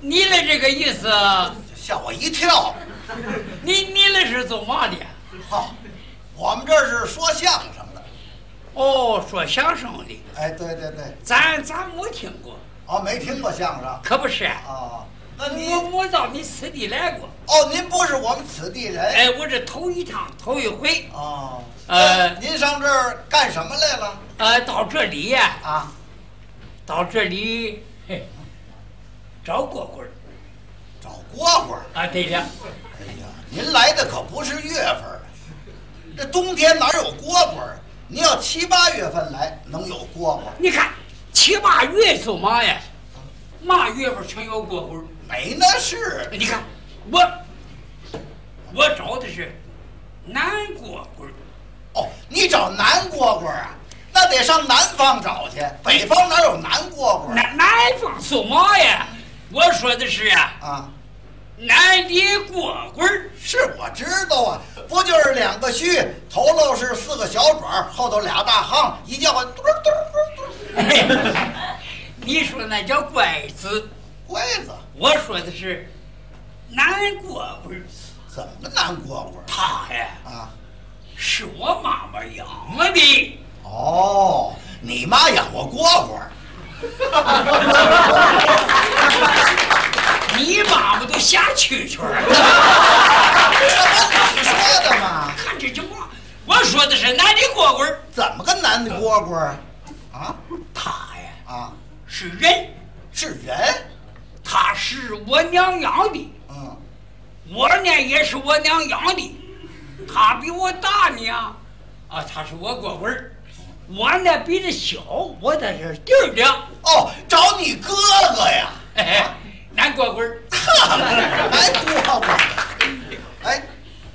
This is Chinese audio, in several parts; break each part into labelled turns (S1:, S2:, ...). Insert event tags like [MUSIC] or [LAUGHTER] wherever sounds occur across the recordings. S1: 你们这个意思，
S2: 吓我一跳。
S1: 你你那是做嘛的？
S2: 哈，我们这是说相声的。
S1: 哦，说相声的，
S2: 哎，对对对，
S1: 咱咱没听过，
S2: 哦，没听过相声
S1: 可不是。
S2: 啊？那您
S1: 我我到你此地来过，
S2: 哦，您不是我们此地人
S1: 哎，我这头一趟头一回，
S2: 哦？
S1: 呃
S2: 您上这儿干什么来了？
S1: 呃，到这里呀、
S2: 啊，
S1: 到这里，嘿，找蝈蝈儿
S2: 找蝈蝈儿。
S1: 啊，对了，
S2: 哎呀，您来的可不是月份儿啊，这冬天哪有蝈蝈儿啊？您要七八月份来，能有蝈蝈儿？
S1: 你看七八月做嘛呀？嘛月份全有蝈蝈儿？
S2: 没那事。
S1: 你看我，我找的是南蝈蝈儿。
S2: 哦，你找南蝈蝈儿啊？那得上南方找去，北方哪有南蝈蝈儿啊
S1: 南南方做嘛呀？我说的是啊，
S2: 啊？
S1: 南的蝈蝈儿
S2: 是我知道啊，不就是两个须，头喽是四个小爪儿，后头俩大夯，一叫唤嘟嘟嘟嘟，
S1: 嘿 [LAUGHS] 你说那叫拐子，
S2: 乖子，
S1: 我说的是南蝈蝈儿。
S2: 怎么南蝈蝈儿
S1: 他呀，
S2: 啊？
S1: 是我妈妈养了的。
S2: 哦，你妈养活蝈蝈儿，
S1: 你妈妈都瞎蛐蛐儿，
S2: 这不你说的吗？
S1: [LAUGHS] 看这句话，我说的是南的蝈蝈儿，
S2: 怎么个南的蝈蝈儿啊？
S1: 他呀
S2: 啊，
S1: 是人，
S2: 是人？
S1: 他是我娘养的，
S2: 嗯，
S1: 我呢也是我娘养的，他比我大呢，啊，他是我蝈蝈儿，我呢比他小，我这是弟儿俩，
S2: 哦，找你哥哥呀？
S1: 哎，南蝈蝈儿，
S2: 南蝈蝈儿，哎，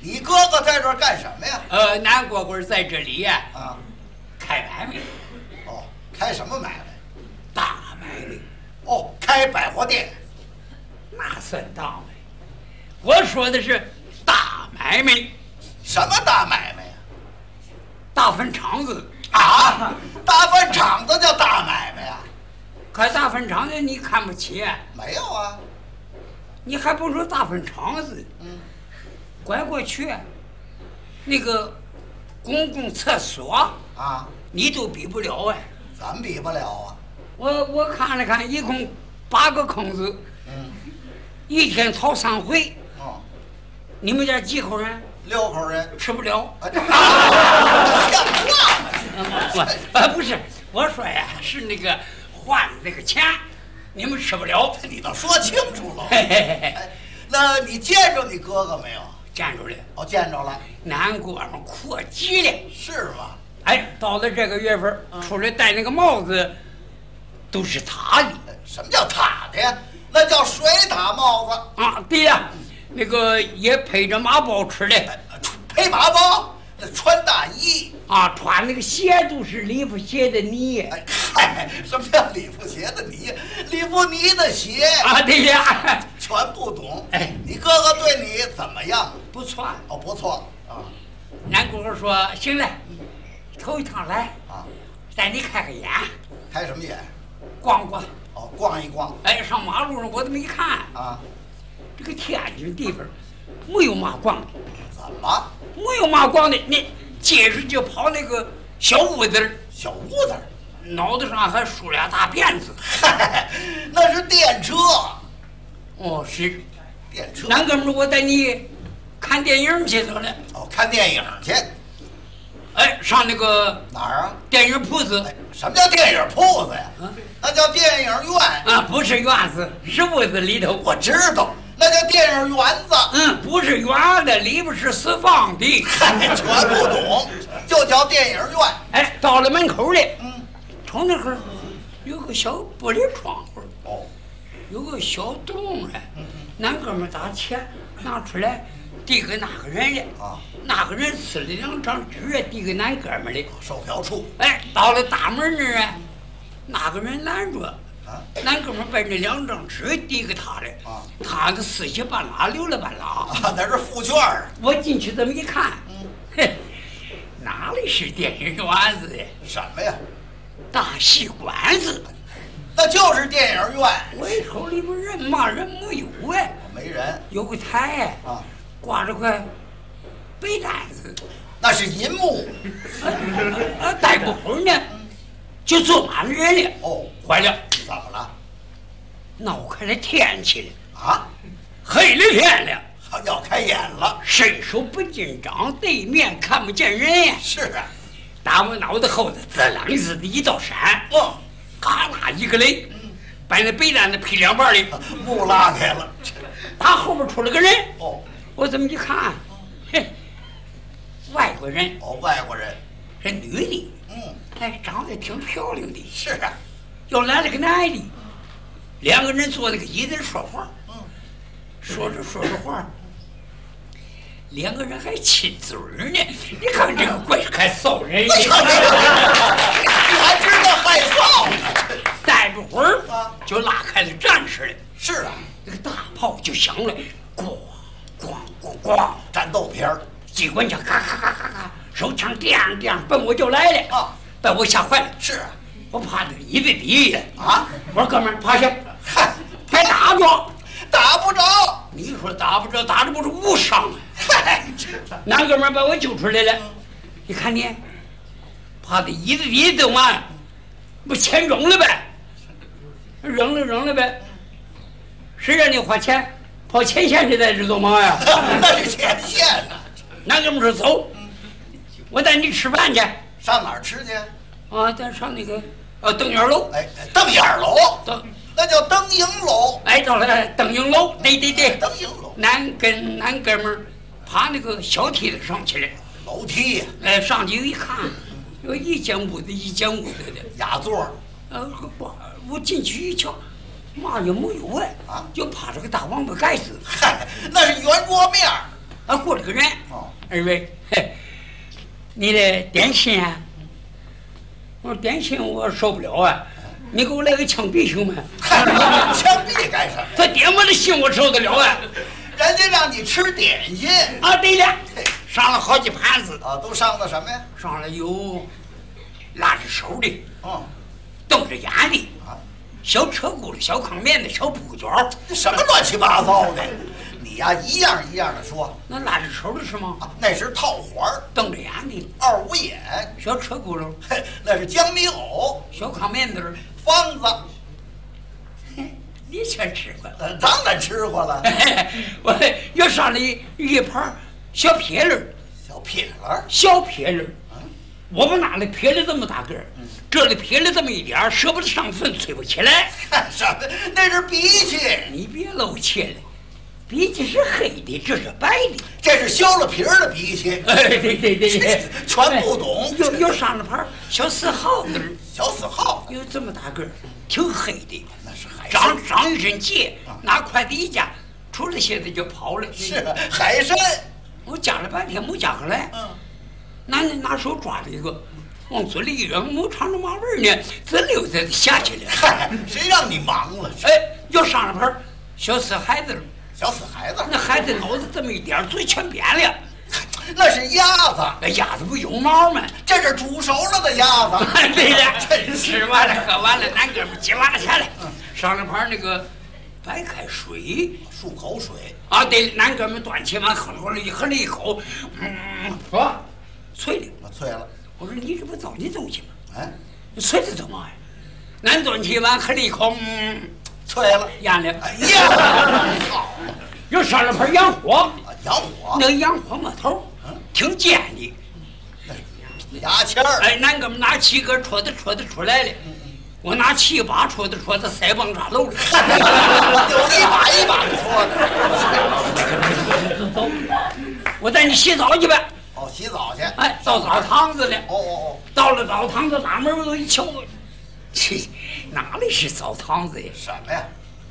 S2: 你哥哥在这儿干什么呀？
S1: 呃，南蝈蝈儿在这里呀、
S2: 啊，
S1: 开买卖，
S2: 哦，开什么买卖？
S1: 大买卖，
S2: 哦，开百货店。
S1: 那算大买，我说的是大买卖，
S2: 什么大买卖呀？
S1: 大粪场子。
S2: 啊，大饭厂子叫大买卖呀？
S1: 可大粪场子你看不起，
S2: 没有啊。
S1: 你还不如大粪场子。
S2: 嗯，
S1: 拐过去，那个公共厕所
S2: 啊，
S1: 你都比不了哎。
S2: 咱比不了啊。
S1: 我我看了看，一共八个坑子，
S2: 嗯，
S1: 一天掏三回。
S2: 哦，
S1: 你们家几口人？
S2: 六口人。
S1: 吃不了。
S2: 啊，这 [LAUGHS] 像话吗？
S1: 我呃不是，我说呀，是那个换那个钱，你们吃不了。 [LAUGHS]
S2: 这你倒说清楚喽。
S1: 嘿嘿嘿嘿，
S2: 哎，那你见着你哥哥没有？
S1: 站住了，
S2: 哦，见着了，
S1: 南瓜上阔极了。
S2: 是吗？
S1: 哎，到了这个月份儿，出来戴那个帽子，都是他的
S2: 哎什么叫塔的呀？那叫水塔帽子。
S1: 啊。对呀、那个也配着马包吃的
S2: 哎配麻包，那穿大衣。
S1: 啊，穿那个鞋都是里布鞋的泥
S2: [LAUGHS] 哎，嗨，什么叫礼服鞋的泥？礼服泥的鞋，
S1: 啊。对呀、
S2: 全不懂。
S1: 哎
S2: 你哥哥对你怎么样？
S1: 不穿。
S2: 哦，不错啊
S1: 男姑姑说：“行了，头一趟来，
S2: 啊，
S1: 带你开开眼，
S2: 开什么眼？
S1: 逛逛。
S2: 哦，逛一逛
S1: 哎，上马路上我这么一看，
S2: 啊？
S1: 这个天津地方没有嘛逛的，
S2: 怎么？
S1: 没有嘛逛的。你接着就跑那个小屋子儿。”
S2: 小屋子儿？ [LAUGHS]
S1: 脑袋上还梳俩大辫子。
S2: 嗨，那是电车，
S1: 哦，是，
S2: 电车。
S1: 南哥们儿，我带你看电影去得了。
S2: 哦，看电影去
S1: 哎，上那个
S2: 哪儿啊？
S1: 电影铺子
S2: 哎，什么叫电影铺子呀
S1: 啊？
S2: 那叫电影院。
S1: 啊，不是院子，是屋子里头。
S2: 我知道，那叫电影园子。 [LAUGHS]
S1: 嗯，不是圆的，里边是四方的。
S2: 嗨，全不懂，就叫电影院。
S1: 哎，到了门口了，
S2: 嗯，
S1: 瞅那会儿有个小玻璃窗户，
S2: 哦，
S1: 有个小洞了。
S2: 嗯
S1: 南哥们儿打钱拿出来，递给哪个人了？
S2: 啊，
S1: 哪个人撕了两张纸啊，递给南哥们儿了。
S2: 售票处
S1: 哎，到了大门那儿啊，哪个人拦住？
S2: 啊，
S1: 俺哥们把那两张纸递给他了
S2: 啊，
S1: 他个四喜半拉，溜了半拉。
S2: 啊，嗯那是副券儿，
S1: 我进去这么一看，嘿，哪里是电影院子呀？
S2: 什么呀？
S1: 大戏馆子，
S2: 那就是电影院，
S1: 围口里边人嘛人没有哎，
S2: 没人
S1: 有个台
S2: 啊，
S1: 挂着块被单子，
S2: 那是银幕。
S1: 啊，待过会儿呢，
S2: 嗯
S1: 就坐满了人了。
S2: 哦，
S1: 坏了，
S2: 怎么了？
S1: 闹开了天气了，
S2: 啊，
S1: 黑了天了，
S2: 要开演了。
S1: 伸手不见掌，对面看不见人呀。
S2: 是啊，
S1: 打我脑袋后头滋楞一似的一道闪，
S2: 嗯，
S1: 咔啦一个雷，把那被单子劈两半里。
S2: 幕拉开了。
S1: 打后边出来个人，
S2: 哦
S1: 我这么一看，嘿，外国人，
S2: 哦，外国人，
S1: 是女的，
S2: 嗯，
S1: 哎，长得挺漂亮的，
S2: 是啊， [LAUGHS]
S1: 又来了个男的，两个人坐那个椅子上说话，
S2: 嗯，
S1: 说着说着话，两个人还亲嘴儿呢。你看这个怪还臊人呢。
S2: 你还知道害臊呢？
S1: 待不会儿
S2: 啊
S1: 就拉开了战士了，
S2: 是啊，
S1: 那个大炮就响了，咣咣咣咣，
S2: 战斗片儿
S1: 机关枪咔咔咔咔咔，手枪叮叮奔我就来了
S2: 啊，
S1: 把我吓坏了，
S2: 是啊，
S1: 我趴着一对比呀，
S2: 啊，
S1: 我说哥们儿趴下，
S2: 嗨，
S1: 还打着，
S2: 打不着，
S1: 你说打不着，打着不是误伤啊。
S2: 嗨，
S1: 那哥们儿把我揪出来了，你看你，趴的一子一子嘛，不钱扔了呗，扔了扔了呗，谁让你花钱跑前线去在这做啊梦呀、
S2: [LAUGHS]
S1: [LAUGHS]
S2: 那是前线呢，
S1: 那哥们儿说走，我带你吃饭去，
S2: 上哪儿吃去？
S1: 啊，咱上那个呃邓园楼，
S2: 哎，瞪眼儿楼，
S1: 到
S2: 那叫灯影楼，
S1: 哎到了邓营楼，对对对，
S2: 灯影楼，
S1: 俺跟俺哥们儿爬那个小梯子上去了，
S2: 楼梯呀，
S1: 哎上去一看，有一间屋子一间屋子的。
S2: 雅座儿，
S1: 呃，我我进去一瞧，嘛也没有哎，
S2: 啊
S1: 就趴着个大王八盖子，
S2: 嗨，那是圆桌面儿，
S1: 啊，过来个人，
S2: 哦
S1: 二位，嘿，你的点心啊？我说点心我受不了啊，你给我来个枪毙行吗？
S2: 嗨，枪毙干什么？
S1: 他点我的心我受得了啊！
S2: 人家让你吃点心
S1: 啊，对了，上了好几盘子，
S2: 啊，都上的什么呀？
S1: 上了有拉着手的，
S2: 嗯，
S1: 瞪着眼的，
S2: 啊，
S1: 小车轱辘、小炕面的、小铺卷儿
S2: 这什么乱七八糟的？你呀，一样一样的说，
S1: 那拉着手的是吗？
S2: 啊那是套环儿，
S1: 瞪着眼的，
S2: 二五眼，
S1: 小车轱辘。
S2: 嘿，那是江米藕，
S1: 小炕面子儿，
S2: 方子，
S1: 你全吃过了。
S2: 呃当然吃过了。
S1: [LAUGHS] 我又上了一一盘小撇轮儿，
S2: 小撇轮儿，
S1: 小撇轮儿。我们哪里撇了这么大个儿？这里撇了这么一点儿，舍不得上粪，吹不起来。
S2: 干什么？那是鼻涕，
S1: 你别露怯了，鼻涕是黑的，这是白的。
S2: 这是削了皮儿的鼻涕，
S1: 哎， [LAUGHS] 对对对 [LAUGHS] 哎对，
S2: 全不懂
S1: 又又上了盘儿小死耗子儿，
S2: 小死耗子，
S1: 有这么大个儿，挺黑的。
S2: 那是海参，
S1: 长长一身气，拿筷子一夹，出了些子就跑了。
S2: 是海参，
S1: 我夹了半天没夹回来。
S2: 嗯，
S1: 男的拿手抓了一个，往嘴里一扔，没尝着嘛味儿呢，滋溜达下去了。
S2: 嗨，谁让你忙了？
S1: 哎，又上了盘儿小死孩子了，
S2: 小死孩子，
S1: 那孩子脑子这么一点儿，嘴全扁了。
S2: 那是鸭子，
S1: 那鸭子不有毛吗？ [LAUGHS]
S2: 这是煮熟了的鸭子。
S1: 哎对了，吃完了喝完了，咱哥们儿急拉下来，
S2: 嗯
S1: 上了盘儿那个白开水。
S2: 漱口水，
S1: 啊，对了，男哥们端起碗，喝了一喝了一口，嗯，啊，脆了。
S2: 我脆了，
S1: 我说你这不糟践东西吗？
S2: 哎，
S1: 脆了怎么呀？男端起碗喝了一口，嗯，
S2: 脆了，
S1: 咽了。
S2: 哎呀，好
S1: [LAUGHS] 又上了盆洋火，
S2: 啊，咬我
S1: 那个洋火没头儿
S2: 嗯，
S1: 挺尖的。
S2: 牙签儿，
S1: 哎，男哥们拿七根戳子戳子出来了，我拿七把戳子戳子腮帮子漏了。
S2: 有一把一把的搓的。
S1: 走，我带你洗澡去吧。
S2: 哦，洗澡去。
S1: 哎，到澡堂子了。
S2: 哦哦哦，
S1: 到了澡堂子，打门我一瞧，切，哪里是澡堂子呀？
S2: 什么呀？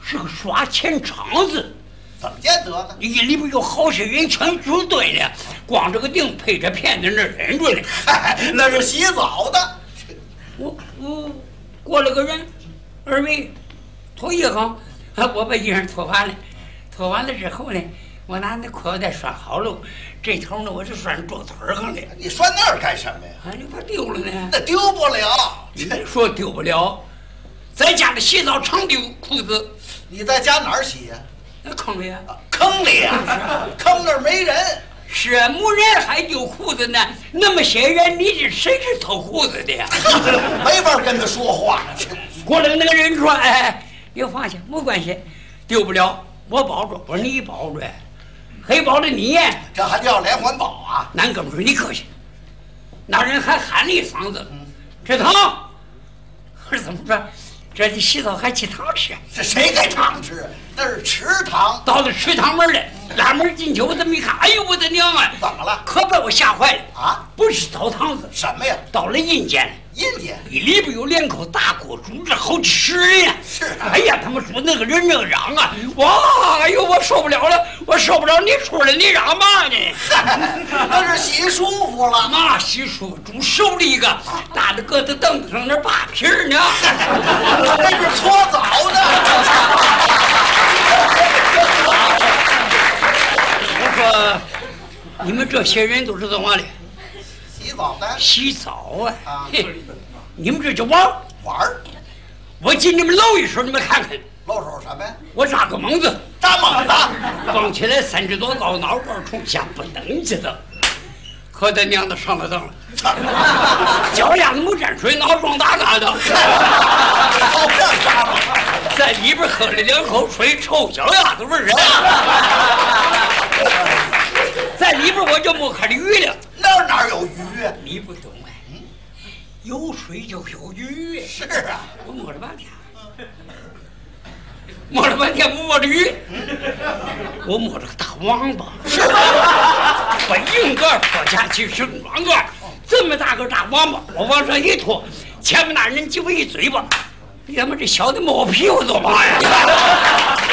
S1: 是个耍钱场子，
S2: 怎么见得呢？
S1: 一里边有好些人全组队了，光着个腚配着片子那儿忍着哎了。
S2: 嗨，那是洗澡的。
S1: 呃我我过来个人，二位，头一行，啊我把衣裳脱完了，脱完了之后呢，我拿那裤腰带拴好喽，这头呢我是拴桌腿儿上的，
S2: 你拴那儿干什么呀？
S1: 啊，你怕丢了呢？
S2: 那丢不了。
S1: 你别说丢不了，在家里洗澡常丢裤子，
S2: 你在家哪儿洗呀、
S1: 那坑里啊，
S2: 啊坑里呀、坑那儿没人。
S1: 是啊没人还丢裤子呢，那么些人，你这谁是偷裤子的呀？
S2: 没法跟他说话。
S1: 过来那个人说：“哎，你放心，没关系，丢不了，我保住。”我说：“你保住，还保着你呀
S2: 这还叫连环保啊？
S1: 男哥们说：“你客气。”那人还喊了一嗓子：“吃糖！”我说：“怎么着？这你洗澡还吃糖吃？
S2: 这谁给糖吃？啊那是池塘。
S1: 到了池塘门了，拉门进去，我这么一看，哎呦我的娘啊！
S2: 怎么了？
S1: 可把我吓坏了
S2: 啊！
S1: 不是澡堂子，
S2: 什么呀？
S1: 到了阴间了。
S2: 阴间。 [LAUGHS]
S1: 里边有两口大锅煮着好几十人呀！
S2: 是啊
S1: 哎呀，他们说那个人那个嚷啊，哇，哎呦，我受不了了，我受不了！你出来，你 [LAUGHS] 嚷嘛呢？
S2: 那是洗舒服了。
S1: 那稀疏煮熟了一个，搭着搁在凳子上那扒皮儿呢。
S2: 那是搓澡的。
S1: 我说，你们这些人都是怎么的？
S2: 洗澡的
S1: 洗澡啊
S2: 啊？
S1: 嘿你们这叫玩？
S2: 玩儿，
S1: 我进你们露一手，你们看看，
S2: 露手什么呀？
S1: 我扎个猛子。
S2: 扎猛子。
S1: 蹦起来三尺多高，脑瓜冲下不能去的，可他娘的上了当了， [LAUGHS] 脚丫子没沾水，脑撞大疙瘩，
S2: 好这扎猛。
S1: [LAUGHS] 在里边喝了两口水，臭脚丫子味儿啊！ [LAUGHS] 在里边我就没看鱼了，
S2: 那哪有鱼啊？
S1: 你不懂哎，有水就有鱼，
S2: 是啊，
S1: 我摸了半天。摸了半天没摸着鱼，我摸着个大王八。
S2: 是啊。
S1: 把硬盖脱下去是软盖，这么大个大王八，我往上一拖，前面那人鸡巴一嘴巴，你他妈这小子摸我屁股做嘛呀？